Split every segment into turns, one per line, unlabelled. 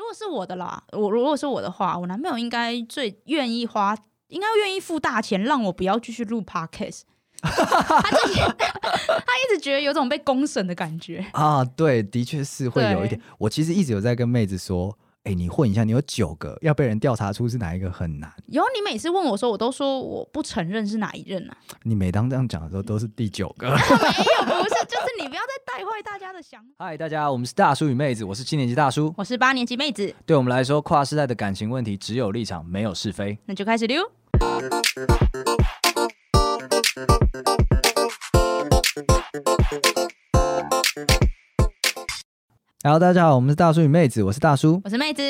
果是我的啦，我如果是我的话，我男朋友应该最愿意花，应该愿意付大钱让我不要继续录 podcast。他之前 他一直觉得有种被公审的感觉。
啊，对，的确是会有一点。我其实一直有在跟妹子说，哎、你混一下，你有九个，要被人调查出是哪一个很难。
然后你每次问我说，我都说我不承认是哪一任啊，
你每当这样讲的时候，都是第九个。
没 有，不是，就是你不要再带坏大家的想法。
嗨，大家，我们是大叔与妹子，我是七年级大叔。
我是八年级妹子，
对我们来说，跨世代的感情问题只有立场，没有是非。
那就开始溜。
Hello，大家好，我们是大叔与妹子，我是大叔
我是妹子，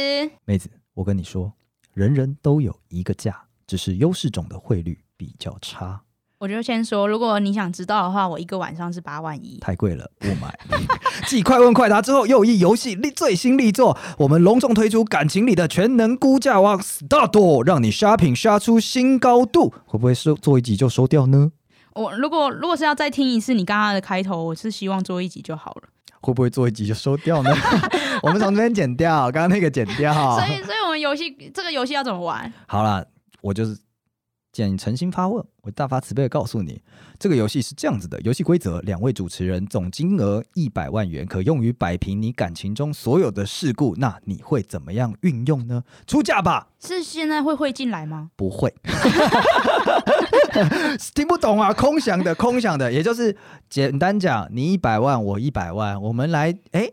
妹子。我跟你说，人人都有一个价，只是优势种的汇率比较差，
我就先说，如果你想知道的话，我一个晚上是八万一。
太贵了，不买。 继快问快答之后，又一游戏力最新力作，我们隆重推出感情里的全能估价王 Start，让你 shopping 杀出新高度。会不会收做一集就收掉呢？
我如果如果是要再听一次你刚刚的开头，我是希望做一集就好了。
会不会做一集就收掉呢？ 我们从这边剪掉，刚刚那个剪掉。
所以，所以我们游戏这个游戏要怎么玩？
好啦，我就是既然你诚心发问，我大发慈悲的告诉你，这个游戏是这样子的：游戏规则，两位主持人，总金额一百万元，可用于摆平你感情中所有的事故。那你会怎么样运用呢？出价吧，
是现在会会进来吗？
不会， 听不懂啊，空想的，空想的，也就是简单讲，你一百万，我一百万，我们来哎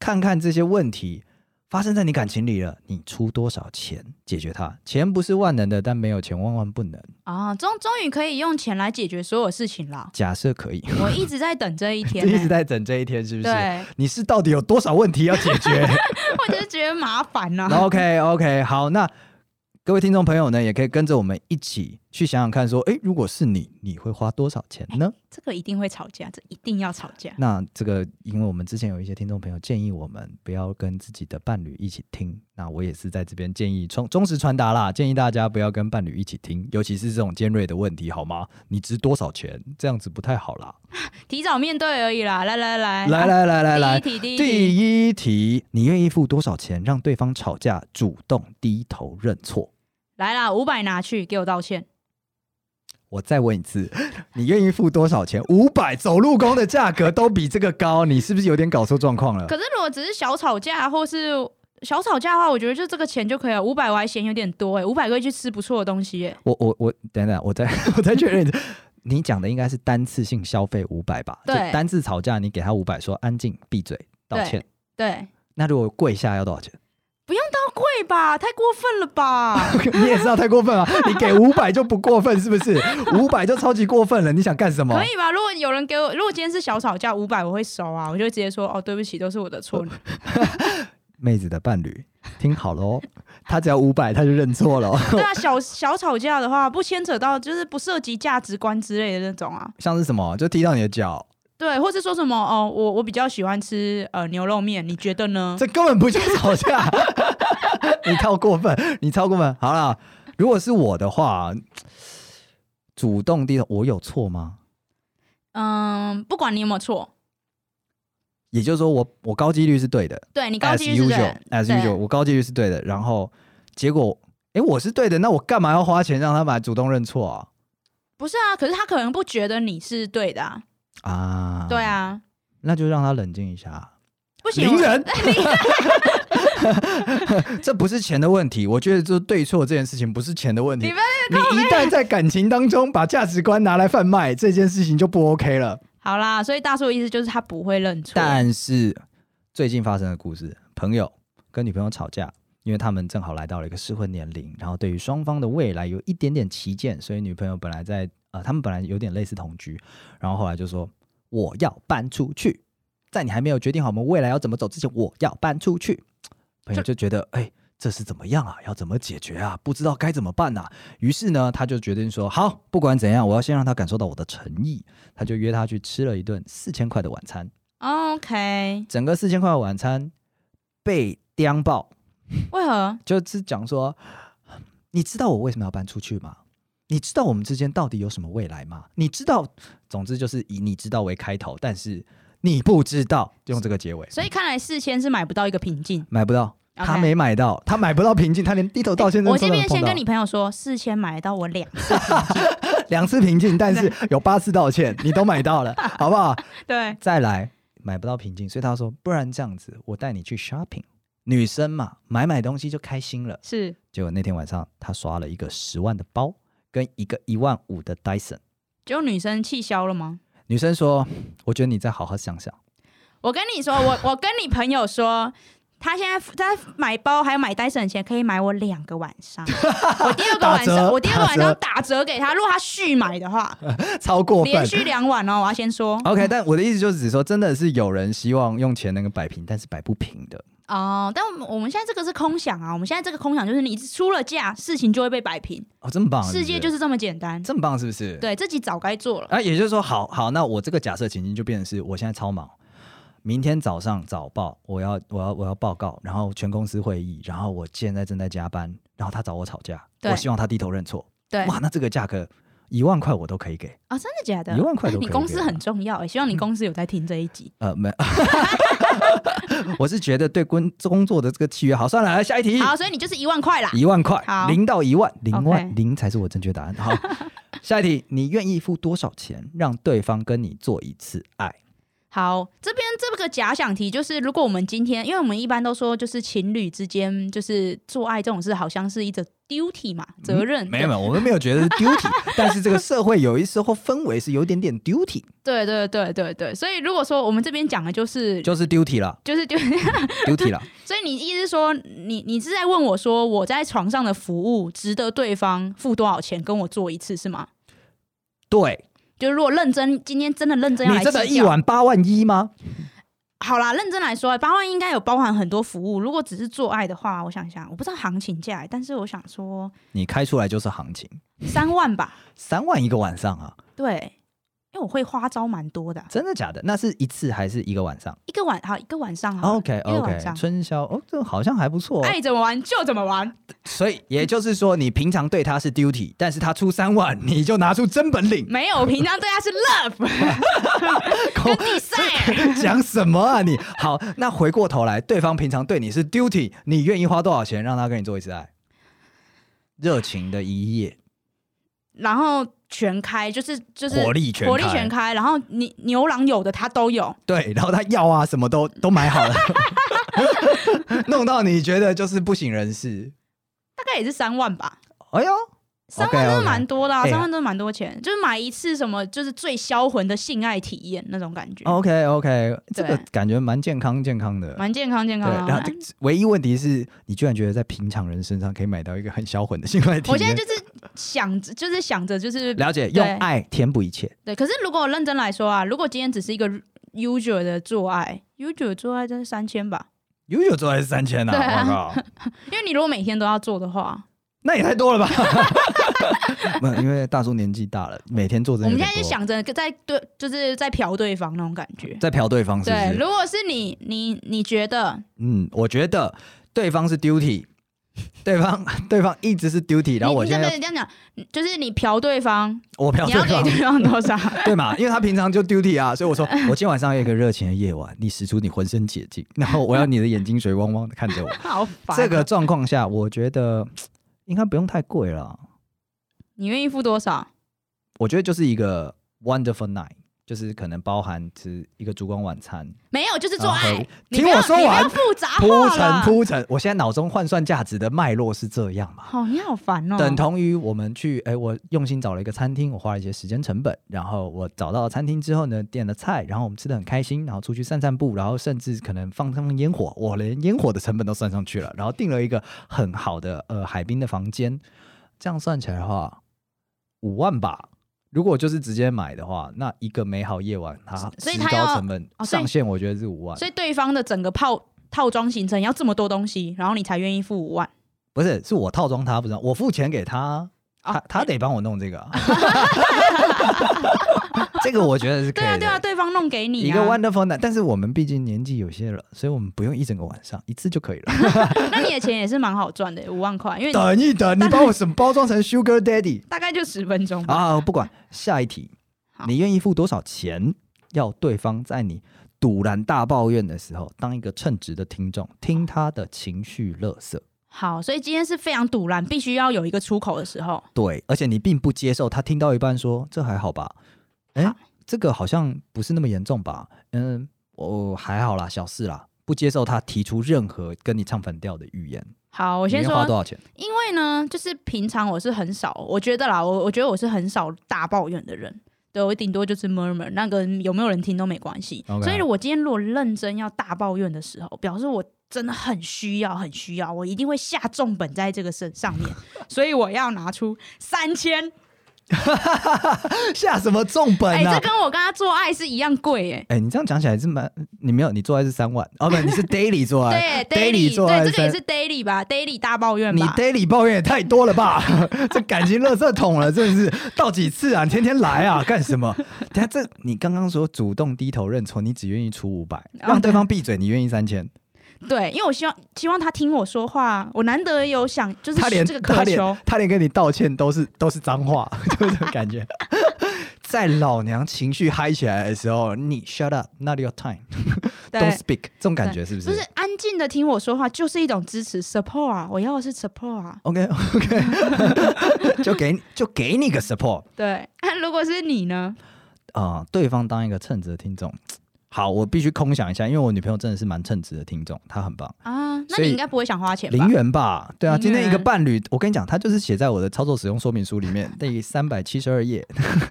看看这些问题发生在你感情里了，你出多少钱解决它？钱不是万能的，但没有钱万万不能。
啊，终终于可以用钱来解决所有事情啦！
假设可以，
我一直在等这一天、
一直
呢。
在等这一天，是不是？
对，
你是到底有多少问题要解 决？
我只是觉得麻烦啊呐、
那 OK OK，好，那各位听众朋友呢，也可以跟着我们一起去想想看，说，诶，如果是你，你会花多少钱呢？
这个一定会吵架，这一定要吵架。
那这个，因为我们之前有一些听众朋友建议我们不要跟自己的伴侣一起听，那我也是在这边建议忠忠实传达啦，建议大家不要跟伴侣一起听，尤其是这种尖锐的问题，好吗？你值多少钱？这样子不太好啦。
提早面对而已啦！来来来，啊
来来来来来，
第一题，第一题，
第一题，你愿意付多少钱让对方吵架，主动低头认错？
来啦，五百拿去，给我道歉。
我再问一次， 你愿意付多少钱？五百走路工的价格都比这个高，你是不是有点搞错状况了？
可是如果只是小吵架或是小吵架的话，我觉得就这个钱就可以了。五百我还嫌有点多哎、五百可以去吃不错的东西哎、
我我我等等，我再 我再确认一次，你讲的应该是单次性消费五百吧？
对
就单次吵架你给他五百，说安静、闭嘴、道歉。
对，
那如果跪下要多少钱？
不用到贵吧，太过分了吧？
你也知道太过分了，你给五百就不过分是不是？五百就超级过分了，你想干什么
可？以吧？如果有人给我，如果今天是小吵架，五百我会收啊，我就直接说哦，对不起，都是我的错。
妹子的伴侣，听好了哦，他只要五百他就认错了哦、
对啊，小小吵架的话，不牵扯到就是不涉及价值观之类的那种啊，
像是什么，就踢到你的脚，
对，或是说什么哦，我我比较喜欢吃呃牛肉面，你觉得呢？
这根本不叫吵架， 你超过分，你超过分。好了，如果是我的话，主动低头，我有错吗？
嗯，不管你有没有错，
也就是说我，我高几率是对的
对你高
，as
几率是对
usual，as
对
usual，我高几率是对的。然后结果，诶，我是对的，那我干嘛要花钱让他们来主动认错啊？
不是啊，可是他可能不觉得你是对的、啊，
啊，
对，啊，
那就让他冷静一下。啊
不行，
零 人， 这不是钱的问题，我觉得就对错这件事情不是钱的问题。
你不
你一旦在感情当中把价值观拿来贩卖，这件事情就不 OK 了。
好啦，所以大叔的意思就是他不会认错，
但是最近发生的故事，朋友跟女朋友吵架，因为他们正好来到了一个适婚年龄，然后对于双方的未来有一点点歧见，所以女朋友本来在呃，他们本来有点类似同居，然后后来就说我要搬出去，在你还没有决定好我们未来要怎么走之前，我要搬出去。朋友就觉得，哎、这是怎么样啊？要怎么解决啊？不知道该怎么办啊？于是呢，他就决定说，好，不管怎样，我要先让他感受到我的诚意。他就约他去吃了一顿四千块的晚餐。
OK，
整个四千块的晚餐被刁爆，
为何？
就是讲说，你知道我为什么要搬出去吗？你知道我们之间到底有什么未来吗？你知道，总之就是以你知道为开头，但是你不知道，用这个结尾
所以看来四千是买不到一个平静。
买不到，他没买到，他买不到平静，他连低头道歉都
欸我
没
这
有
边
碰
先
到
跟你朋友说，四千买到我两次，
两次平静，但是有八次道歉，你都买到了，好不好？
对，
再来买不到平静，所以他说，不然这样子，我带你去 shopping。女生嘛，买买东西就开心了。
是
结果那天晚上，他刷了一个十万的包，跟一个一万五的 Dyson。
只有女生气消了吗？
女生说：“我觉得你再好好想想。
我跟你说，我我跟你朋友说，他现在他买包还有买 Dyson 的钱，可以买我两个晚 上。我第二个晚
打
上，
折
我第二个晚上打折给他，如果他续买的话，”
超过分
连。续两晚哦。我要先说
OK，但我的意思就是指说，真的是有人希望用钱能够摆平，但是摆不平的。
哦，但我们我们现在这个是空想啊，我们现在这个空想就是你出了价，事情就会被摆平，
哦，这么棒！
世界就是是这么简单
不是。这么棒，是不是？。
对，自己早该做了。
啊，也就是说，好好，那我这个假设情境就变成是我现在超忙，明天早上早报，我要我要我要报告，然后全公司会议，然后我现在正在加班，然后他找我吵架，
对
我希望他低头认错。
对
哇，那这个价格一万块我都可以给，
啊，真的假的？
一万块都可
你
以给嗯
公司
了
很重要、欸，希望你公司有在听这一集。
呃，没， 我是觉得对工工作的这个契约好，算了，来下一题，
好，所以你就是一万块啦。
一万块
好，
零到一万，零万
OK
零才是我正确答案。好， 下一题，你愿意付多少钱让对方跟你做一次爱？
好，这边这个假想题就是，如果我们今天，因为我们一般都说，就是情侣之间就是做爱这种事，好像是一种 duty 嘛，责任。
嗯没有没有，我们没有觉得是 duty，但是这个社会有一时候氛围是有一点点 duty，
对对对对对，所以如果说我们这边讲的就是。
就是 duty 了
就是就，
，duty 了。
所以你意思是说，你你是在问我说，我在床上的服务值得对方付多少钱跟我做一次是吗？
对
就是如果认真，今天真的认真要
你
来
真的
计
一
较
晚八万一吗？
好啦，认真来说，八万应该有包含很多服务。如果只是做爱的话，我想一想，我不知道行情价，但是我想说
你开出来就是行情，
三万 吧。
三万一个晚上啊，
对，因为我会花招蛮多的啊、
真的假的？那是一次还是一个晚上
一个晚好，一个晚上好了
？OK
一个晚上哎
OK，春宵哦，这好像还不错、哦。
爱怎么玩就怎么玩。
所以也就是说，你平常对他是 duty，但是他出三万，你就拿出真本 领。
没有，我平常对他是 love，跟比赛。
讲什么啊你？好，那回过头来，对方平常对你是 duty，你愿意花多少钱让他跟你做一次爱？热情的一夜，
然后全开，就是就是
火力全
火力
开
全开。然后你牛郎有的他都有，
对，然后他要啊，什么都都 买好了，弄到你觉得就是不省人事。
大概也是三万吧。
哎呦，
三万真的
OK，OK
蛮多的、啊，
哎呀
三万真的蛮多钱，就是买一次什么，就是最销魂的性爱体验那种感觉，
OK OK，这个
对
感觉蛮健康健康的。
蛮健康健
对，
康
然
啊
后这。唯一问题是你居然觉得在平常人身上可以买到一个很销魂的性爱体验。
我现在就是想着，就是想着，就是
了解，
对
用爱填补一切。
对。可是如果认真来说啊，如果今天只是一个 usual 的做爱，usual 做爱真是三千吧，
悠悠做还是三千
对啊
靠！
因为你如果每天都要做的话，
那也太多了吧？ 没有，因为大叔年纪大了，每天做这
我们现在就想着在对，就是在嫖对方那种感觉。
在嫖对方，是不
对，
是？
如果是你，你你觉得
嗯，我觉得对方是 duty，对方对方一直是 duty，然后我
你
现
你
在
这样讲，就是你嫖对方，
要我嫖
你
对
要给
方，
对方多少？
对嘛？因为他平常就 duty 啊，所以我说我今天晚上有一个热情的夜晚，你使出你浑身解禁，然后我要你的眼睛水汪汪的看着我。
好烦啊。
这个状况下，我觉得应该不用太贵了，
你愿意付多少？
我觉得就是一个 wonderful night。就是可能包含吃一个烛光晚餐，
没有，就是做
然后
爱。你
啊听
不要
我说完
你不要复杂
铺
化
陈
了。
铺陈，我现在脑中换算价值的脉络是这样嘛？
好，你好烦哦。
等同于我们去，哎，我用心找了一个餐厅，我花了一些时间成本，然后我找到了餐厅之后呢，点了菜，然后我们吃的很开心，然后出去散散步，然后甚至可能放放烟火，我连烟火的成本都算上去了，然后订了一个很好的呃海滨的房间，这样算起来的话，五万吧。如果就是直接买的话，那一个美好夜晚，它
所以
实
它要
高成本
哦所以
上限，我觉得是五万。
所以对方的整个套套装行程要这么多东西，然后你才愿意付五万。
不是，是我套装他，不是我付钱给他，
哦
他他得帮我弄这 个啊。 这个我觉得是可
对
以
啊，
的。
对啊，对方弄给你、啊。
一个 wonderful night，但是我们毕竟年纪有些了，所以我们不用一整个晚上，一次就可 以了。
那你的钱也是蛮好赚的，五万块，因为
等一等，你把我什么包装成 Sugar Daddy
大概就十分钟吧。
啊？不管，下一题
好，
你愿意付多少钱，要对方在你堵然大抱怨的时候，当一个称职的听众，听他的情绪勒索。
好，所以今天是非常堵然，必须要有一个出口的时候。
对，而且你并不接受他听到一半说这还好吧，哎
好，
这个好像不是那么严重吧？嗯，我、还好啦，小事啦。不接受他提出任何跟你唱反调的语言，
好，我
你
先
愿花多
说，
少钱？
因为呢，就是平常我是很少，我觉得啦，我我觉得我是很少大抱怨的人。对我顶多就是 murmur，那个有没有人听都没关系。
OK
所以我今天如果认真要大抱怨的时候，表示我真的很需要，很需要，我一定会下重本在这个身上面。所以我要拿出三 千，
下什么 重
哎、
本啊？
这跟我跟他做爱是一样贵哎、
哎、你这样讲起来是蛮……你没有，你做爱是三万哦，不，你 是 daily 做爱
对
哎，daily 做爱
对，这个也
三
是 daily 吧，daily 大抱怨
你
吧。
daily 抱怨也太多了吧？ 这感情垃圾桶了，真的是到几次啊？你天天来啊？干什么？ 等下这你刚刚说主动低头认错，你只愿意出五百，
哦
让对方闭嘴，你愿意三千？
对，因为我希望希望他听我说话，我难得有想就是
他连
这个
他
渴
连
求，
他连跟你道歉都是 都是脏话，就是这种感觉。 在老娘情绪嗨起来的时候，你 shut up，not your time，don't
对，
speak，这种感觉是不
就是是安静的听我说话，就是一种支持 support 啊，我要的是 support 啊。
？OK OK，就 给你就给你个 support。
对， 如果是你呢？
啊、对方当一个称职的听众。好，我必须空想一下，因为我女朋友真的是蛮称职的听众，她很棒，
啊，那
所以
你应该不会想花钱吧
零？元吧？对啊，
零
今天一个
元
伴侣，我跟你讲，她就是写在我的操作使用说明书里面第三百七十二页，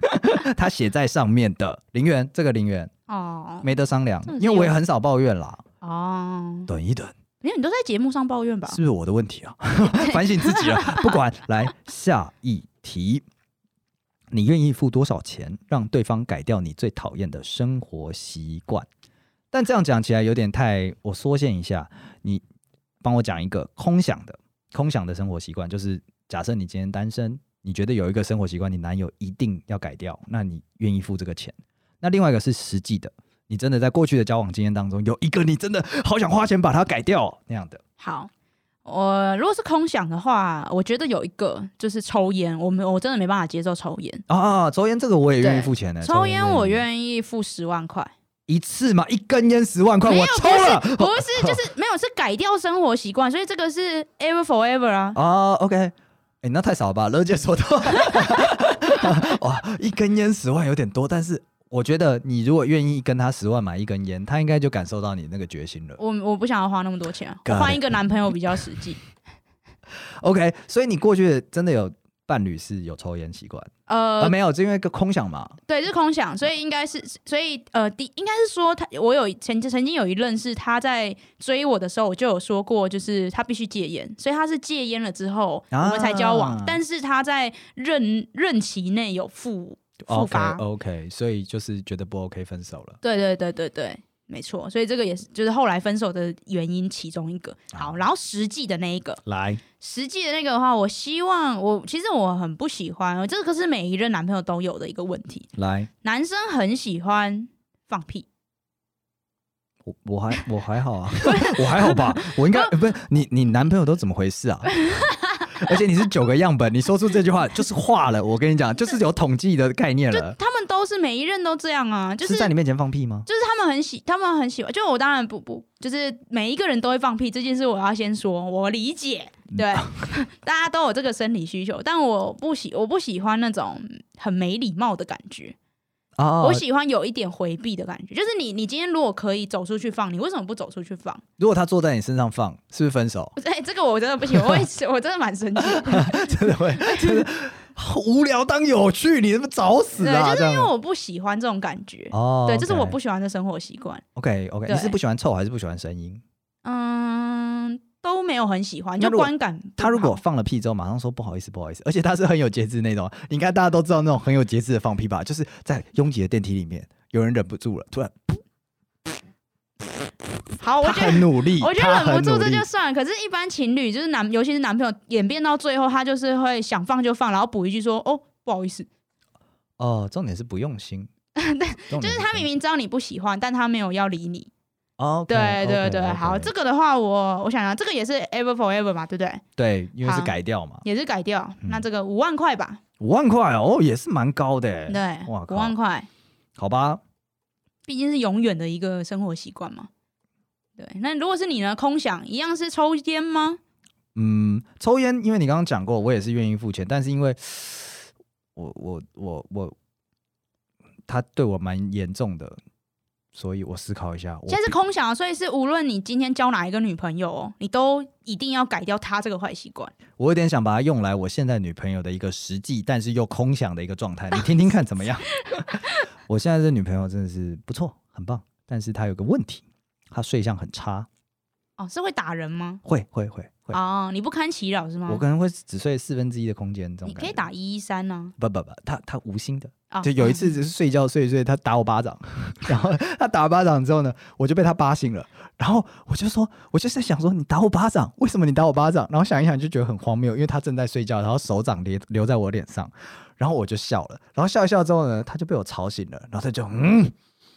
她写在上面的零元，这个零元
哦
没得商量
真，的是
因为我也
有
很少抱怨啦。
哦，
等一等，
没有，你都在节目上抱怨吧
是？不是我的问题啊？ 反省自己了，啊不管，来下一题。你愿意付多少钱让对方改掉你最讨厌的生活习惯？但这样讲起来有点太……我缩限一下，你帮我讲一个空想的、空想的生活习惯，就是假设你今天单身，你觉得有一个生活习惯，你男友一定要改掉，那你愿意付这个钱？那另外一个是实际的，你真的在过去的交往经验当中，有一个你真的好想花钱把它改掉哦那样的。
好，我如果是空想的话，我觉得有一个就是抽烟，我没我真的没办法接受抽烟，
啊，抽烟这个我也愿意
对
付钱的、
哎抽烟我
意
愿意付十万块。
一次嘛，一根烟十万块，
没有
我抽了
不是，就是 没有，是改掉生活习惯，所以这个是 ever forever 啊。
啊。OK，哎、那太少了吧？乐姐说的， 哇，一根烟十万有点多，但是我觉得你如果愿意跟他十万买一根烟，他应该就感受到你那个决心了。
我我不想要花那么多钱、啊，
Got
我
it
换一个男朋友比较实际。
OK，所以你过去真的有伴侣是有抽烟习惯啊？
呃，
没有，是因为一个空想嘛。
对，是空想，所以应该是，所以呃，第应该是说他，我有曾曾经有一任是他在追我的时候，我就有说过，就是他必须戒烟，所以他是戒烟了之后、
啊
我们才交往，但是他在任任期内有复复
OK 哦
发
OK，所以就是觉得不 OK 分手了。
对对对对对，没错，所以这个也是就是后来分手的原因其中一个。好，
啊
然后实际的那一个，
来，
实际的那个的话，我希望我其实我很不喜欢，这个是每一任男朋友都有的一个问题。
来，
男生很喜欢放屁，
我 我还我还好啊，我还好吧，我应该、呃不是你你男朋友都怎么回事 啊？而且你是九个样本，你说出这句话 就是话了。我跟你讲，就是有统计的概念
就
了。
他们都是每一任都这样啊，就是是
在你面前放屁吗？
就是他们很喜，他们很喜欢，就我当然不不，就是每一个人都会放屁这件事，我要先说，我理解，
嗯
对， 大家都有这个生理需求，但我不喜我不喜欢那种很没礼貌的感觉。
啊
我，喜欢有一点回避的感觉，就是你，你今天如果可以走出去放，你为什么不走出去放？
如果他坐在你身上放，是不是分手？
哎、这个我真的不 行，我也是我真的蛮生气的，
真的会， 真的无聊当有趣，你他妈找死啊！
对，就
这
是因为
样
我不喜欢这种感觉，
哦，
对，这是我不喜欢的生活习惯，
OK OK，
对
你是不喜欢臭还是不喜欢声音？
嗯，都没有很喜欢，
那
就
如果
观感不好。
他如果放了屁之后，马上说不好意思，不好意思，而且他是很有节制那种。你看大家都知道那种很有节制的放屁吧，就是在拥挤的电梯里面，有人忍不住了，突然
好，我
他
觉得
很努力，
我觉
他
得忍不
很
住
努
这
力
就算了，可是，一般情侣就是男，尤其是男朋友演变到最后，他就是会想放就放，然后补一句说：“哦，不好意思。
哦，重点是不 用心，”就
就是他明明知道你不喜欢，但他没有要理你。
哦，
对对对，好，这个的话我我想想，这个也是 ever forever 嘛，对不对？
对，因为是
好
改掉嘛，
也是改掉，
嗯
那这个五万块吧，
五万块哦，也是蛮高的，
对，
哇靠
五万块。
好吧，
毕竟是永远的一个生活习惯嘛。对，那如果是你呢？空想一样是抽烟吗？
嗯，抽烟，因为你刚刚讲过，我也是愿意付钱，但是因为我我我我，他对我蛮严重的，所以我思考一下。我
现在是
比
空想啊，所以是无论你今天交哪一个女朋友哦，你都一定要改掉她这个坏习惯。
我有点想把它用来我现在女朋友的一个实际，但是又空想的一个状态，你听听看怎么样？ 我现在这女朋友真的是不错，很棒，但是她有个问题，她睡相很差，
哦，是会打人吗？
会会会会，
哦，你不堪其扰是吗？
我可能会只睡四分之一的空间，这种
你
感觉
可以打一一三啊呢。
不不不，她她无心的，
啊，
就有一次只是睡觉睡一睡，他打我巴掌， 然后他打我巴掌之后呢，我就被他巴醒了，然后我就说，我就是在想说，你打我巴掌，为什么你打我巴掌？然后想一想就觉得很荒谬，因为他正在睡觉，然后手掌留留在我脸上，然后我就笑了，然后笑一笑之后呢，他就被我吵醒了，然后他就嗯，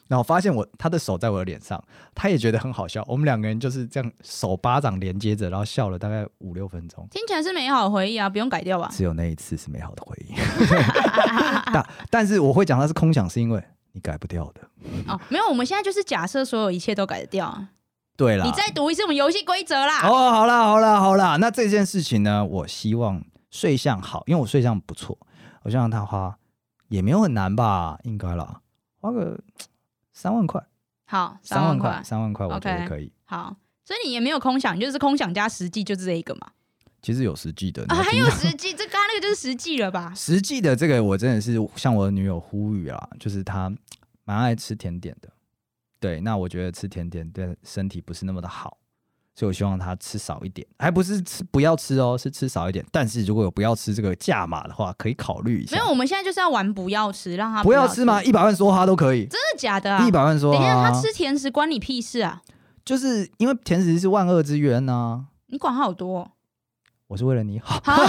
然后我发现我他的手在我的脸上，他也觉得很好笑，我们两个人就是这样手巴掌连接着，然后笑了大概五六分钟。
听起来是美好的回忆啊，不用改掉吧？
只有那一次是美好的回忆， 但但是我会讲它是空想，是因为你改不掉的。
哦，没有，我们现在就是假设所有一切都改得掉啊。
对啦，
你再读一次我们游戏规则啦。
哦，好啦，好啦，好啦。那这件事情呢，我希望睡相好，因为我睡相不错，我希望他花也没有很难吧，应该啦，花个三万块，
好，
三
三万
块
块，。
三万块，我觉得
OK
可以。
好，所以你也没有空想，就是空想加实际，就是这一个嘛。
其实有实际的，你
啊，
要
还
听
有实际，这刚刚那个就是实际了 吧？
实际的这个，我真的是向我的女友呼吁啦，就是她蛮爱吃甜点的。对，那我觉得吃甜点对身体不是那么的好，所以我希望她吃少一点，还不是吃不要吃哦，是吃少一点。但是如果有不要吃这个价码的话，可以考虑一下。
没有，我们现在就是要玩不要吃，让他
啊不要
要
吃嘛，？一百万梭哈都可以，
真的假的啊
一？百万梭
等一下，
哈。
他吃甜食关你屁事啊！
就是因为甜食是万恶之源呐、
你管他好多哦、
我是为了你好，
好，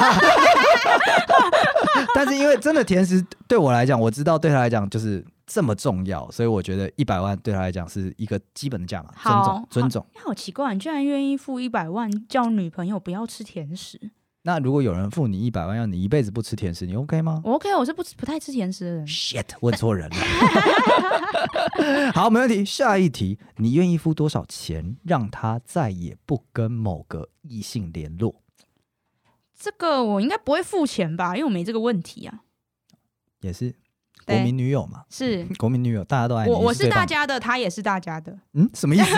但是因为真的甜食对我来讲，我知道对她来讲就是这么重要，所以我觉得一百万对她来讲是一个基本的价码，尊
好
重尊重。
你好奇怪，你居然愿意付一百万叫女朋友不要吃甜食？
那如果有人付你一百万，让你一辈子不吃甜食，你 OK 吗
我 OK，我是不吃不太吃甜食的人。
？Shit，问 错人了。好，没问题。下一题，你愿意付多少钱让他再也不跟某个异性联络？
这个我应该不会付钱吧？因为我没这个问题啊。
也是
对
国民女友嘛，
是
国民女友大家都爱哎你，
我我
是最
是
棒
大
的
家的，他也是大家的。
嗯，什么 意思？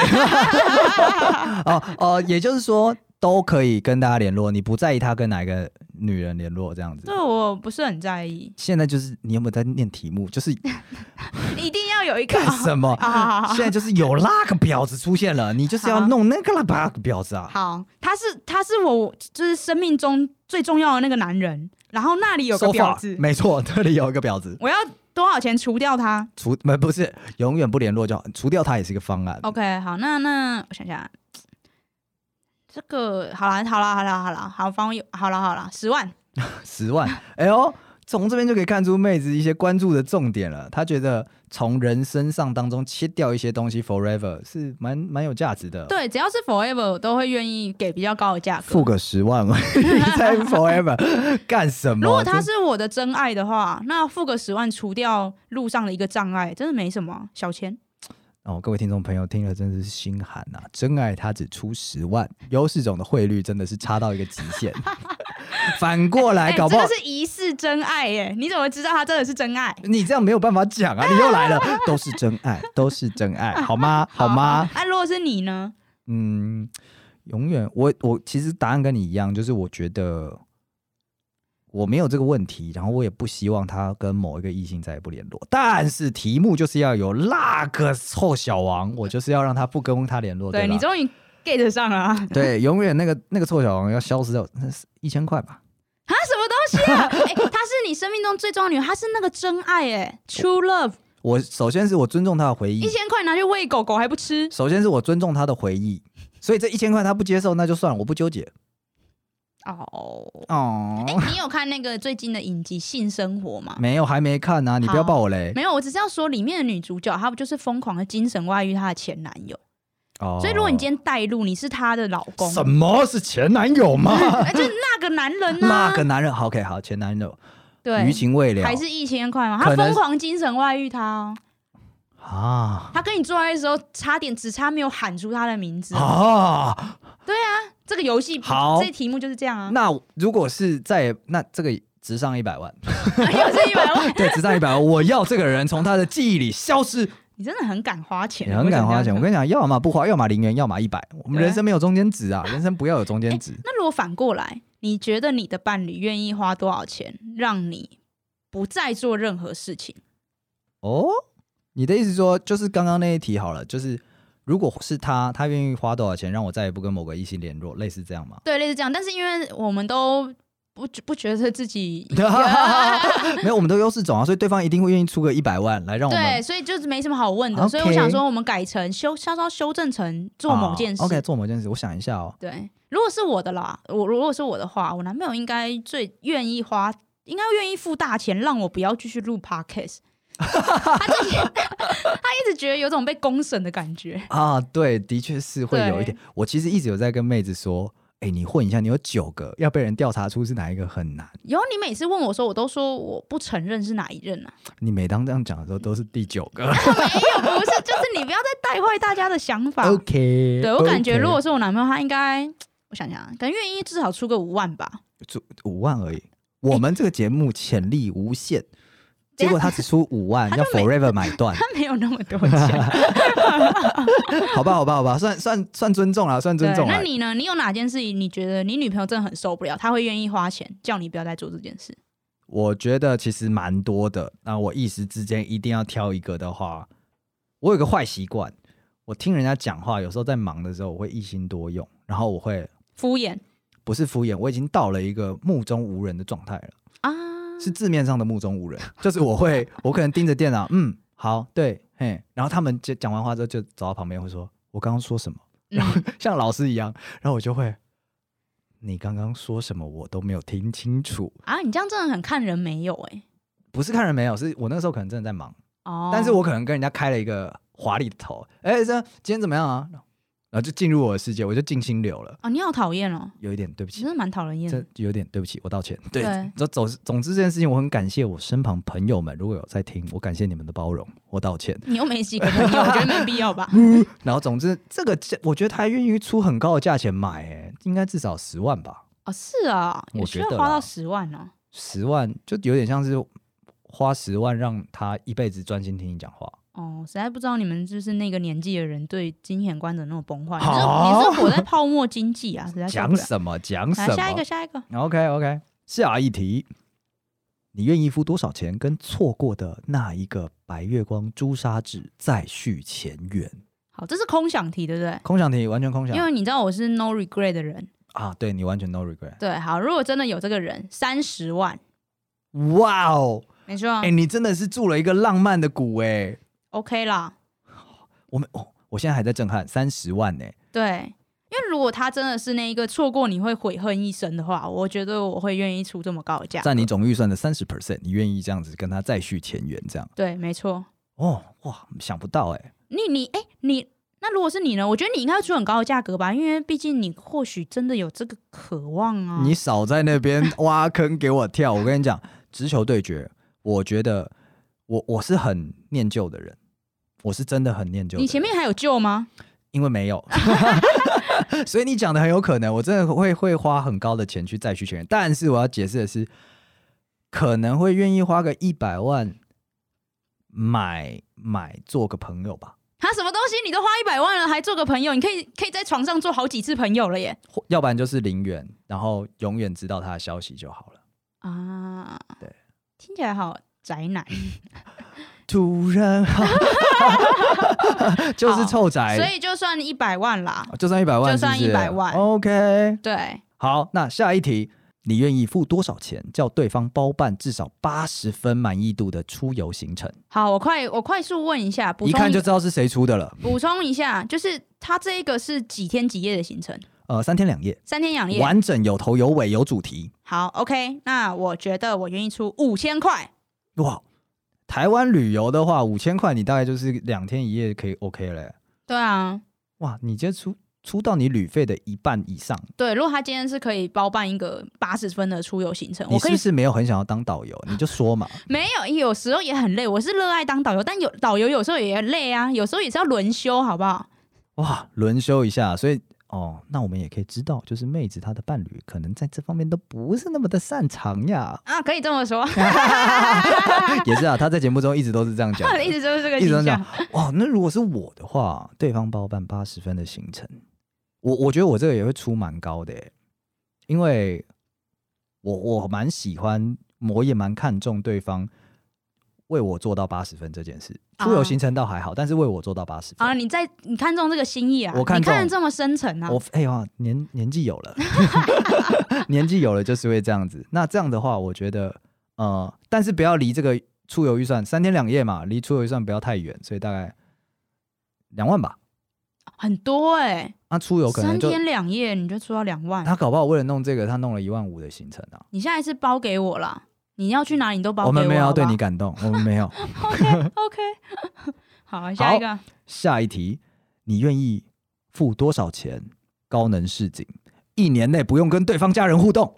哦哦，也就是说都可以跟大家联络，你不在意他跟哪一个女人联络这样子
这。我不是很在意，
现在就是你有没有在念题目？就是
一定要有一个
干 什么？
好好好
现在就是有那个婊子出现了，你就是要
啊好
弄那个那个婊子啊！
好，他是他是我就是生命中最重要的那个男人，然后那里有个
So
婊
far，
子，
没错，这里有一个婊子，
我要多少钱除掉他
除不不是永远不联络就好，除掉他也是一个方案。
？OK，好，那那我想想，这个好啦，好啦，好啦，好啦，好方有好啦，好啦，十万，
十万，哎呦，从这边就可以看出妹子一些关注的重点了。她觉得从人身上当中切掉一些东西，forever 是蛮蛮有价值的。
对，只要是 Forever 我都会愿意给比较高的价
付
格。
个十万 在 forever 干什么？
如果他
这
是我的真爱的话，那付个十万除掉路上的一个障碍，真的没什么小钱。
哦，各位听众朋友听了真的是心寒呐、真爱它只出十万，优势种的汇率真的是差到一个极限。 反过来，哎搞不好、
哎这个是疑似真爱耶！你怎么知道他真的是真爱？
你这样没有办法讲啊！你又 来了，都是真爱，都是真爱，好吗？好吗？
那、啊如果是你呢？
嗯，永远我我其实答案跟你一样，就是我觉得我没有这个问题，然后我也不希望他跟某一个异性再也不联络。但是题目就是要有那个臭小王，我就是要让他不跟他联络，
对
吧
你终于 get 上了啊！啊，
对，永远那个那个臭小王要消失掉，那是一千块吧？
什么东西啊？ 哎、她是你生命中最重要的女人，她是那个真爱哎，true love，
我首先是我尊重他的回
一
忆，
千块拿去喂狗狗还不吃，
首先是我尊重他的回忆，所以这一千块他不接受，那就算了，我不纠结。
哦。
哦
哎、，你有看那个最近的影集《性生活》吗？
没有，还没看呢、你不要
好
爆我雷
没有，我只是要说里面的女主角，她不就是疯狂的精神外遇她的前男友？
哦。
所以如果你今天带入你是她的老公，
什么是前男友吗？
哎就是那个男人啊，
那个男人好，OK，好，前男友
对
余，情未了，
还是一千块吗？
可
她疯
能
狂精神外遇他哦，
啊
他跟你做爱的时候，差点只差没有喊出他的名字。
啊！
对啊，这个游戏
好
这题目就是这样啊。
那如果是在那这个值上一百万，
又是一百万，
对，值上一百万，我要这个人从他的记忆里消 失。
你真的很敢花钱，
你很敢花钱，我
你
跟你讲，要么不花，要么零元，要么一百。我们
对
人生没有中间值啊， 人生不要有中 间值。
那如果反过来，你觉得你的伴侣愿意花多少钱让你不再做任何事情？
哦，你的意思说就是刚刚那一题好了，就是如果是他，他愿意花多少钱让我再也不跟某个异性联络，类似这样吗？
对，类似这样。但是因为我们都不觉不觉得自己
没有，我们都优势种啊，所以对方一定会愿意出个一百万来让我
对，
们
所以就是没什么好问的。所以我
OK
想说，我们改成修稍稍修正成做某件事。
哦 OK，做某件事，我想一下哦，
对，如果是我的啦，我如果是我的话，我男朋友应该最愿意花，应该愿意付大钱让我不要继续录 podcast。他自己 他一直觉得有种被公审的感觉。
啊，对，的确是会有一
对
点。我其实一直有在跟妹子说，哎、你混一下，你有九个，要被人调查出是哪一个很难。
然后你每次问我说，我都说我不承认是哪一任啊，
你每当这样讲的时候，都是第九个。
不是，就是你不要再带坏大家的想法。
OK，
对我感觉，
OK
如果是我男朋友，他应该，我想想啊，可能愿意至少出个五万吧。
五万而已。我们这个节目潜力无限， 结果他只出五万，
他
要
就每
forever 买 断，
他没有那么多钱，
好吧，好吧，好吧，算算算尊重了， 算尊
对
重啊
那
了。
你呢？你有哪件事情你觉得你女朋友真的很受不了？她会愿意花钱叫你不要再做这件事？
我觉得其实蛮多的，那我一时之间一定要挑一个的话，我有个坏习惯，我听人家讲话，有时候在忙的时候，我会一心多用，然后我会
敷衍
不是敷衍，我已经到了一个目中无人的状态了。
啊？
是字面上的目中无人，就是我会，我可能盯着电脑，嗯，好，对，嘿，然后他们就讲完话之后就走到旁边会说，我刚刚说什么，然后、像老师一样，然后我就会，你刚刚说什么我都没有听清楚，
啊，你这样真的很看人没有哎、
不是看人没有，是我那时候可能真的在忙，
哦，
但是我可能跟人家开了一个华丽的头，哎，这今天怎么样啊？然后就进入我的世界，我就静心流了，
哦，你好讨厌哦，
有一点对不
你
起
真。的蛮讨人厌
这
的。
有点对不起，我道歉。对
对，
总总总之这件事情，我很感谢我身旁朋友们，如果有在听，我感谢你们的包容，我道歉。
你又没几个朋友，我觉得没必要 吧？
嗯然后总之这个价，我觉得他愿意出很高的价钱买、哎，应该至少十万吧，
哦，是啊，
我
有需
觉
要
得
花
啦
到十万哦。
十万就有点像是花十万让他一辈子专心听你讲话。
哦，实在不知道你们就是那个年纪的人对金钱观的那种崩坏，你
好
是你是活在泡沫经济啊，实在受不
讲
了。
什么讲什
来
么？
下一个，下一个，
OK OK，下一题，你愿意付多少钱跟错过的那一个白月光朱砂痣再续前缘？
好，这是空想题，对不对？
空想题，完全空想
因为你知道我是 no regret 的人，
啊！对你完全 no regret。
对，好，如果真的有这个人，三十万，
哇哦，
没错、
哎、你真的是住了一个浪漫的谷哎、
o k 啦，
我们哦，我现在还在震撼，三十万呢、
对，因为如果他真的是那一个错过你会悔恨一生的话，我觉得我会愿意出这么高的价格，
占你总预算的三十 percent，你愿意这样子跟他再续前缘这样？
对，没错，
哦，哇，想不到哎、
你你哎、你。那如果是你呢？我觉得你应该出很高的价格吧，因为毕竟你或许真的有这个渴望啊。
你少在 那边挖坑给我跳！我跟你讲，直球对决，我觉得我我是很念旧的人，我是真的很念旧的人。
你前面还有救吗？
因为没 有， 所以你讲的很有可能，我真的会会花很高的钱去再续前缘。但是我要解释的是，可能会愿意花个一百万买买做个朋友吧，
他什么东西你都花一百万了，还做个朋友？你可以可以在床上做好几次朋友了耶！
或要不然就是零元，然后永远知道他的消息就好了。
啊，
对，
听起来好宅男，
突然， 就是臭宅，
所以就算一百万啦。
就算一百万
就是
不
算
是，
100万
OK，
对，
好，那下一题，你愿意付多少钱叫对方包办至少八十分满意度的出游行程？
好，我快我快速问一下，补
一看
充
就知道是谁出的了。
补充一下，就是他这一个是几天几夜的行程？
呃，三天两夜，
三天两夜。
完整有头有尾有主题。
好，OK，那我觉得我愿意出五千块。
哇，台湾旅游的话，五千块你大概就是两天一夜可以 OK 了欸。
对啊，
哇，你这出出到你旅费的一半以上，
对，如果他今天是可以包办一个八十分的出游行程，
你
我
是
可
不
以
是没有很想要当导游？你就说嘛，
没有，有时候也很累。我是热爱当导游，但有导游有时候也累啊，有时候也是要轮休，好不好？。
哇，轮休一下，所以。哦，那我们也可以知道，就是妹子她的伴侣可能在这方面都不是那么的擅长呀
啊，可以这么说，
也是啊，她在节目中一直都是这样讲
他
的，
的意思就是这个
一直都
形
讲
象。
哇，那如果是我的话，对方包办八十分的行程，我我觉得我这个也会出蛮高的耶，因为我我蛮喜欢，我也蛮看重对方为我做到八十分这件事。出游
啊
行程倒还好，但是为我做到八十分，
啊，你在你看中这个心意啊？
我看
你看
中
得这么深沉啊？
我哎呀，年年纪有了， 年纪有了就是会这样子。那这样的话，我觉得呃，但是不要离这个出游预算三天两夜嘛，离出游预算不要太远，所以大概两万吧。
很多哎、
那、出游可能
三
就
天两夜你就出到两万，
他搞不好为了弄这个，他弄了一万五的行程啊。
你下一次包给我啦。你要去哪里你都包给
我们没有要
好不
对
好
你感动，我们没有。
OK OK，好，下一个
下一题，你愿意付多少钱？高能市井，一年内不用跟对方家人互动。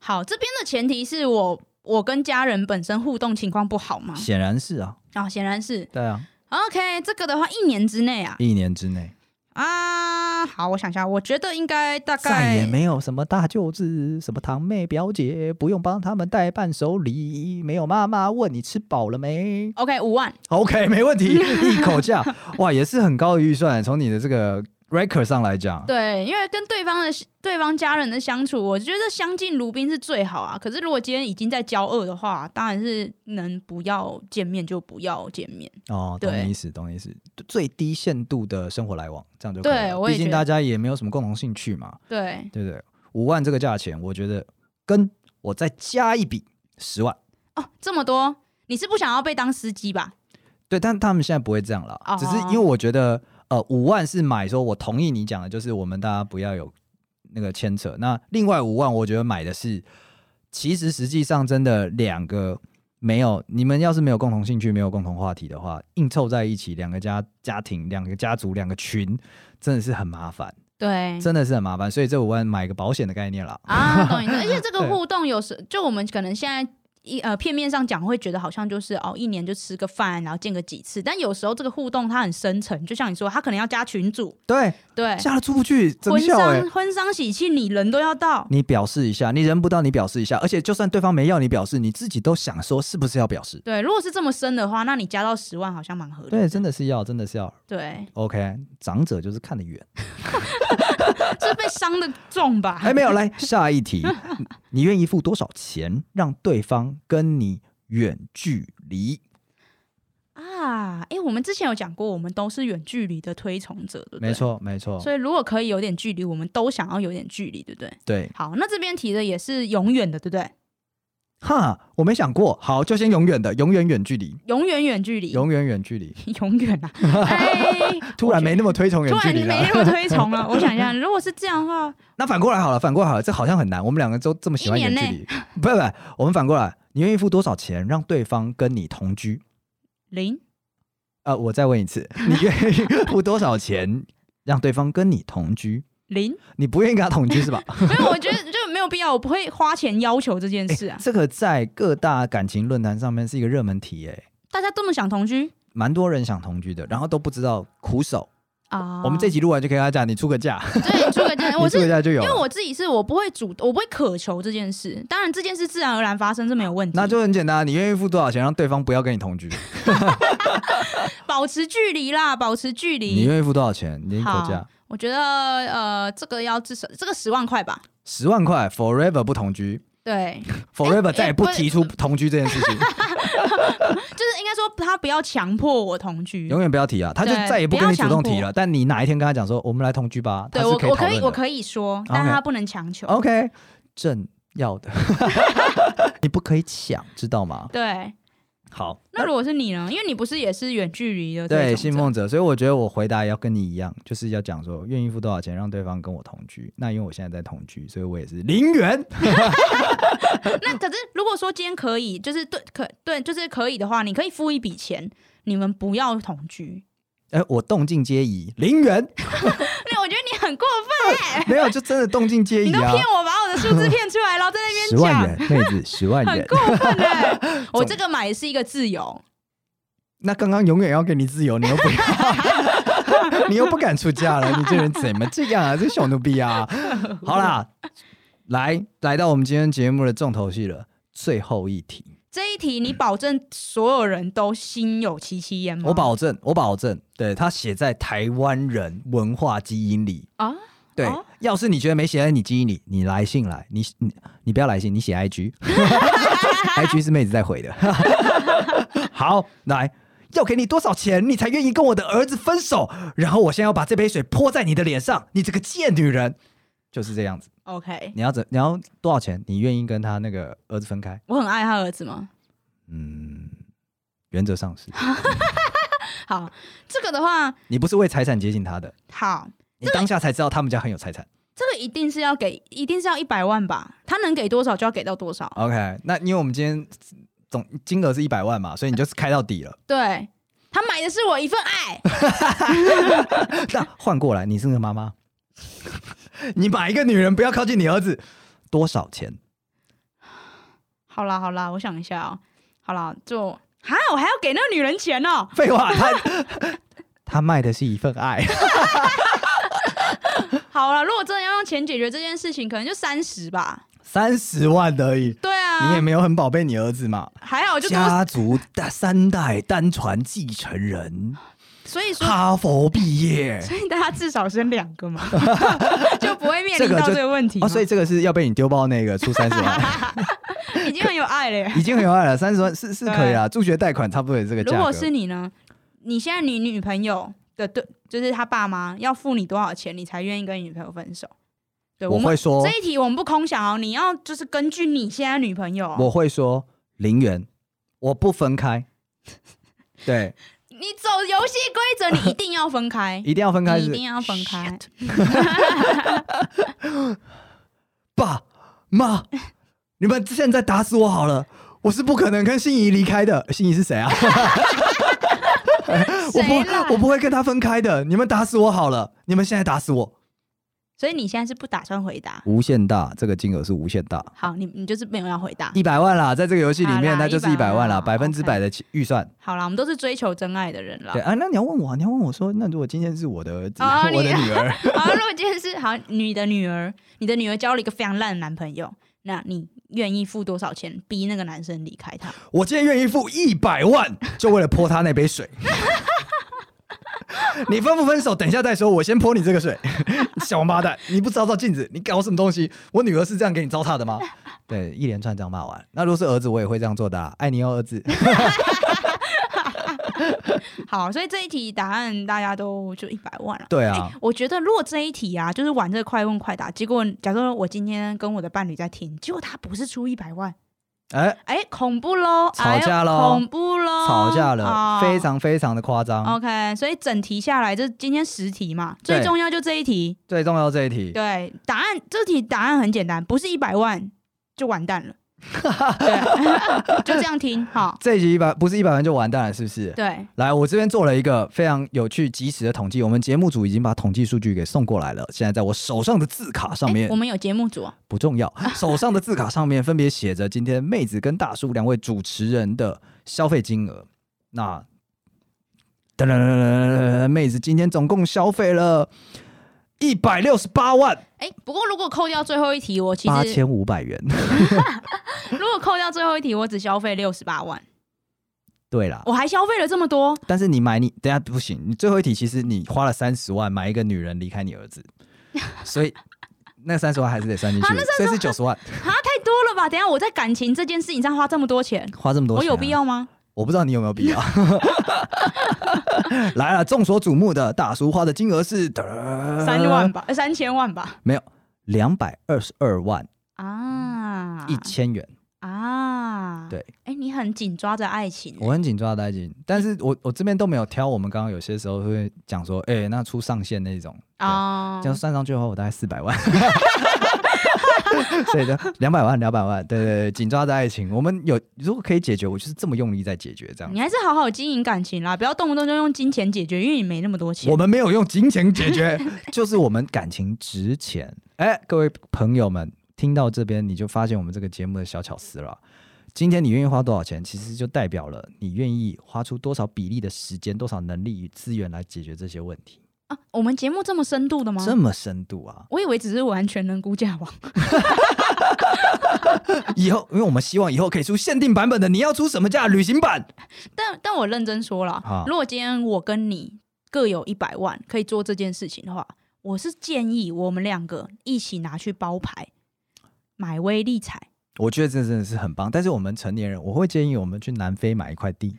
好这边的前提是我我跟家人本身互动情况不好嘛，
显然是啊，
啊，显然是
对啊，
OK，这个的话一年之内啊
一年之内
啊，好，我想一下，我觉得应该大
再也
概
没有什么大舅子、什么堂妹、表姐，不用帮他们带伴手礼，没有妈妈问你吃饱了没。
OK 五万，
OK，没问题，一口价，哇，也是很高的预算。从你的这个 record 上来讲，
对，因为跟对方的对方家人的相处，我觉得相敬如宾是最好啊。可是如果今天已经在交恶的话，当然是能不要见面就不要见面。
哦，懂
对
你意思，懂你意思，最低限度的生活来往，这样就可以
对
了
我
毕
也
竟
觉
大家也没有什么共同兴趣嘛，
对，
对不对？五万这个价钱，我觉得跟我再加一笔十万，
哦，这么多，你是不想要被当司机吧？
对，但他们现在不会这样了，只是因为
哦
我觉得，呃，五万是买说，我同意你讲的，就是我们大家不要有那个牵扯。那另外五万，我觉得买的是，其实实际上真的两个没有，你们要是没有共同兴趣、没有共同话题的话，硬凑在一起，两个家家庭、两个家族、两个群，真的是很麻烦，
对。
真的是很麻烦。所以这五万买个保险的概念啦。
啊，懂 你的。而且这个
对
互动有时，就我们可能现在一呃片面上讲，会觉得好像就是哦一年就吃个饭，然后见个几次。但有时候这个互动它很深沉，就像你说，他可能要加群主，
对，
对，
嫁了出不去，真
婚
笑哎、
丧婚丧喜庆你人都要到。
你表示一下，你人不到，你表示一下，而且就算对方没要你表示，你自己都想说是不是要表示？
对，如果是这么深的话，那你加到十万好像蛮合理的。
对，真的是要，真的是要。
对，
OK，长者就是看 得远。
这被伤的重吧？
哎，没有，来下 一题，你你愿意付多少钱让对方跟你远距离？
啊，哎、我们之前有讲过，我们都是远距离的推崇者，对不对？
没。错，没错，
所以如果可以有点距离，我们都想要有点距离，对不对？
对。
好，那这边提的也是永远的，对不对？
哈，我没想过，好，就先永远的，永远远 距离，
永远远距离，
永远远距离。
永远 啊！哎，
突然没那么推崇远
突
距
然
离啊
没
了。
那么推崇了。我想一下，如果是这样的话，
那反过来好了，反过来好了，这好像很难。我们两个都这么喜欢远距离，不不，我们反过来，你愿意付多少钱让对方跟你同居？
零
呃，我再问一次，你 愿意付多少钱让对方跟你同居？
零，
你不愿意跟他同居是 吧？
没有，我觉得就没有必要，我不会花钱要求这件事啊。
这个在各大感情论坛上面是一个热门题、诶，
大家这么想同居
蛮多人想同居的，然后都不知道苦手。
啊？
我们这集录完就可以跟他讲，你出个价，
哦对出个这 样，
你
我
出
是
个价就有
因为
了。
我自己是我不会主，我不会渴求这件事。当然，这件事自然而然发生是没有问题，
那就很简单，你愿意付多少钱让对方不要跟你同居？
保持距离啦，保持距
你
离。
愿意付多少钱？你一口价
好我觉得呃，这个要至少这个十万块吧。
十万块，forever 不同居
对，
，forever
哎
再也不
不
提出同居这件事 情，
就是应该说他不要强迫我同居。
永远不要提啊。他就
对
再也不
不
跟
要
你主动
强迫
提了。但你哪一天跟他讲说，我们来同居吧，他
对
是
我，
可以
我
讨
可以，
论
我
的。哦
可以说，但他不能强求。
OK，正要 的，你不可以抢，知道吗？
对，
好，
那如果是你呢？因为你不是也是远距离的
对，
这
信
种
奉者，所以我觉得我回答也要跟你一样，就是要讲说愿意付多少钱让对方跟我同居。那因为我现在在同居，所以我也是零 元。
者那可是如果说今天可以，就是对可对，就是可以的话，你可以付一笔钱，你们不要同居。
哎、我动静皆宜，零元。
那我觉得你很过分哎、
没有，就真的动静皆
你
宜
都
啊
骗。我把我的数字骗出来，然后在那
十
边
万
讲
元，，妹子，十万
很
元。
过分哎、 我这个买是一个自由，
那刚刚永远要给你自由，你又不要， 你又不敢出价了，你这人怎么这样啊？这小奴婢啊！好啦，来来到我们今天节目的重头戏了，最后一题，
这一题你保证所有人都心有戚戚焉吗？
我保证，我保证，对他写在台湾人文化基因里。
啊，
对，
哦
要是你觉得没写在你基因里，你来信来，你你你不要来信，你写 IG，IG 是妹子在回的。 好，来，要给你多少钱，你才愿意跟我的儿子分手？然后我现在要把这杯水泼在你的脸上，你这个贱女人，就是这样子。
OK，
你要怎？你要多少钱？你愿意跟他那个儿子分开？
我很爱他儿子吗？
嗯，原则上是，
好，这个的话，
你不是为财产接近他的，
好，
你当下才知道他们家很有财产。
这个一定是要给，一定是要一百万吧？他能给多少就要给到多少。
OK，那因为我们今天总金额是一百万嘛，所以你就是开到底了。
对他买的是我一份爱，
那换过来，你是个妈妈，你买一个女人不要靠近你儿子，多少钱？
好啦好啦，我想一下哦，好啦，就哈，我还要给那个女人钱哦，
废话，他他卖的是一份爱，
好了，如果真的要用钱解决这件事情，可能就三十吧。
三十万而已。
对
你也
啊，
没有很宝贝你儿子嘛？
还啊好就多，
家族大三代单传继承人，
所以说，
哈佛毕业，
所以大家至少生两个嘛， 就不会面
这
临
个
到
就
这个问题嘛、
哦，所以这个是要被你丢包那个出三十万，
已经很有爱了耶。
已经很有爱了，三十万是是可以啦，助学贷款差不多也是这个价
啊如
格。
果是你呢？你现在你女朋友的对，就是他爸妈要付你多少钱，你才愿意跟你女朋友分手？对，
我
们
会说，
这一题我们不空想哦，你要就是根据你现在女朋友哦，
我会说零元，我不分开。 对，
你走游戏规则，你一定要分 开，
一定要分开
你
是
一定要分开。
爸妈，你们现在打死我好了，我是不可能跟心仪离开的。心仪是 谁啊？我
谁啦
不，我不会跟他分开的。你们打死我好了，你们现在打死我。
所以你现在是不打算回答？
无限大，这个金额是无限大，
好，你你就是没有要回答。
一百万啦，在这个游戏里
好
面，
啦
那就是一百万啦，
100
百分之百的预算。
好啦，我们都是追求真爱的人啦
对。啊，那你要问我啊，你要问我说，那如果今天是我的儿子，
哦
我的
你
女儿，
好，如果今天是好，你的女儿，你的女儿交了一个非常烂的男朋友，那你愿意付多少钱逼那个男生离开她？
我今天愿意付一百万，就为了泼他那杯水。 你分不分手？等一下再说。我先泼你这个水， 小王八蛋！你不照照镜子，你搞什么东西？我女儿是这样给你糟蹋的吗？对，一连串这样骂完。那如果是儿子，我也会这样做的、啊。爱你哦，儿子。
好，所以这一题答案大家都就一百万了。
对啊，
我觉得如果这一题啊，就是玩这个快问快答，结果假如说我今天跟我的伴侣在听，结果他不是出一百万，
哎、
哎，恐怖喽，
吵架咯
哎呦恐怖喽，
吵架了，
哦
非。常非常的夸张。
OK，所以整题下来，这今天十题嘛，
对
最重要就这一题。
最重要这一题，
对，答案这题答案很简单，不是一百万就完蛋了。对， 就这样听好。
这一集一百不是一百万就完蛋了，是不是？
对，
来，我这边做了一个非常有趣、及时的统计。我们节目组已经把统计数据给送过来了，现在在我手上的字卡上面
诶我。们有节目组哦，
不重要，手上的字卡上面分别写着今天妹子跟大叔两位主持人的消费金额。那噔噔噔噔噔噔，妹子今天总共消费了一百六十八万
哎，不过如果扣掉最后一题，我其
八
实
千五百元。
如果扣掉最后一题，我只消费六十八万，
对啦，
我还消费了这么多。
但是你买你等一下不行，你最后一题其实你花了三十万买一个女人离开你儿子，所以那三十万还是得算进去，所以是九十万，
啊，太多了吧？等一下我在感情这件事情上花这么多钱，
花这么多
我
钱、啊
有必？要吗？
我不知道你有没有必要。 来了，众所瞩目的大叔花的金额是
三
三
万，吧，呃三千万吧。
没有两百二十二万
啊，
一千元。
啊，
对，
哎，你很紧抓着爱情，哦
我很紧抓带紧，但是我我这边都没有挑。我们刚刚有些时候会讲说，哎、那出上限那种，
啊
这样算上去的话，我大概四百万。 所以呢，两百万，两百万，对对对，紧抓着爱情。我们有如果可以解决，我就是这么用力在解决这样
你。还是好好经营感情啦，不要动不动就用金钱解决，因为你没那么多钱。
我们没有用金钱解 决，就是我们感情值钱。哎，各位朋友们，听到这边你就发现我们这个节目的小巧思了。今天你愿意花多少钱，其实就代表了你愿意花出多少比例的时间、多少能力与资源来解决这些问题。
啊，我们节目这么深度的吗？
这么深度啊！
我以为只是玩全能估价王，
以后，因为我们希望以后可以出限定版本的，你要出什么价？旅行版
但但我认真说
啊
了，如果今天我跟你各有一百万，可以做这件事情的话，我是建议我们两个一起拿去包牌，买威力彩。
我觉得这真的是很棒。但是我们成年人，我会建议我们去南非买一块地，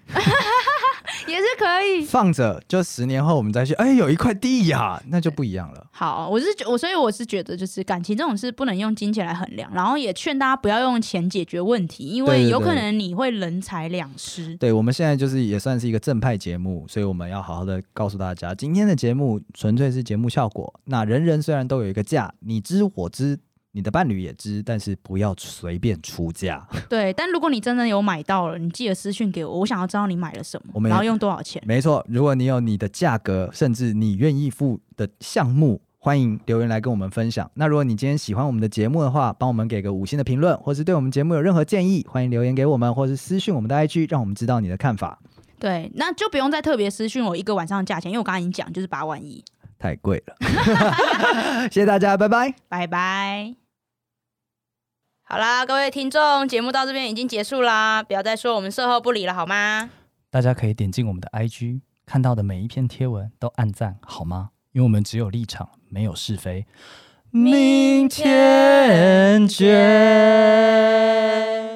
也是可以。
放着，就十年后我们再去，哎，有一块地呀、那就不一样了。
好，我是觉我，所以我是觉得，就是感情这种事不能用金钱来衡量，然后也劝大家不要用钱解决问题，因
对
为
对
有可
对
能你会人财两失。
对，我们现在就是也算是一个正派节目，所以我们要好好的告诉大家，今天的节目纯粹是节目效果。那人人虽然都有一个价，你知我知，你的伴侣也知，但是不要随便出价。
对，但如果你真的有买到了，你记得私讯给我，我想要知道你买了什
我
么，
们也
然后用多少钱。
没错，如果你有你的价格，甚至你愿意付的项目，欢迎留言来跟我们分享。那如果你今天喜欢我们的节目的话，帮我们给个五星的评论，或是对我们节目有任何建议，欢迎留言给我们，或是私讯我们的 IG，让我们知道你的看法。
对，那就不用再特别私讯我一个晚上的价钱，因为我刚刚已经讲就是八万一。
太贵了， 谢谢大家，拜拜。
拜拜。好啦，各位听众，节目到这边已经结束啦，不要再说我们售后不理了，好吗？
大家可以点进我们的 IG，看到的每一篇贴文都按赞好吗？因为我们只有立场，没有是非。明天见。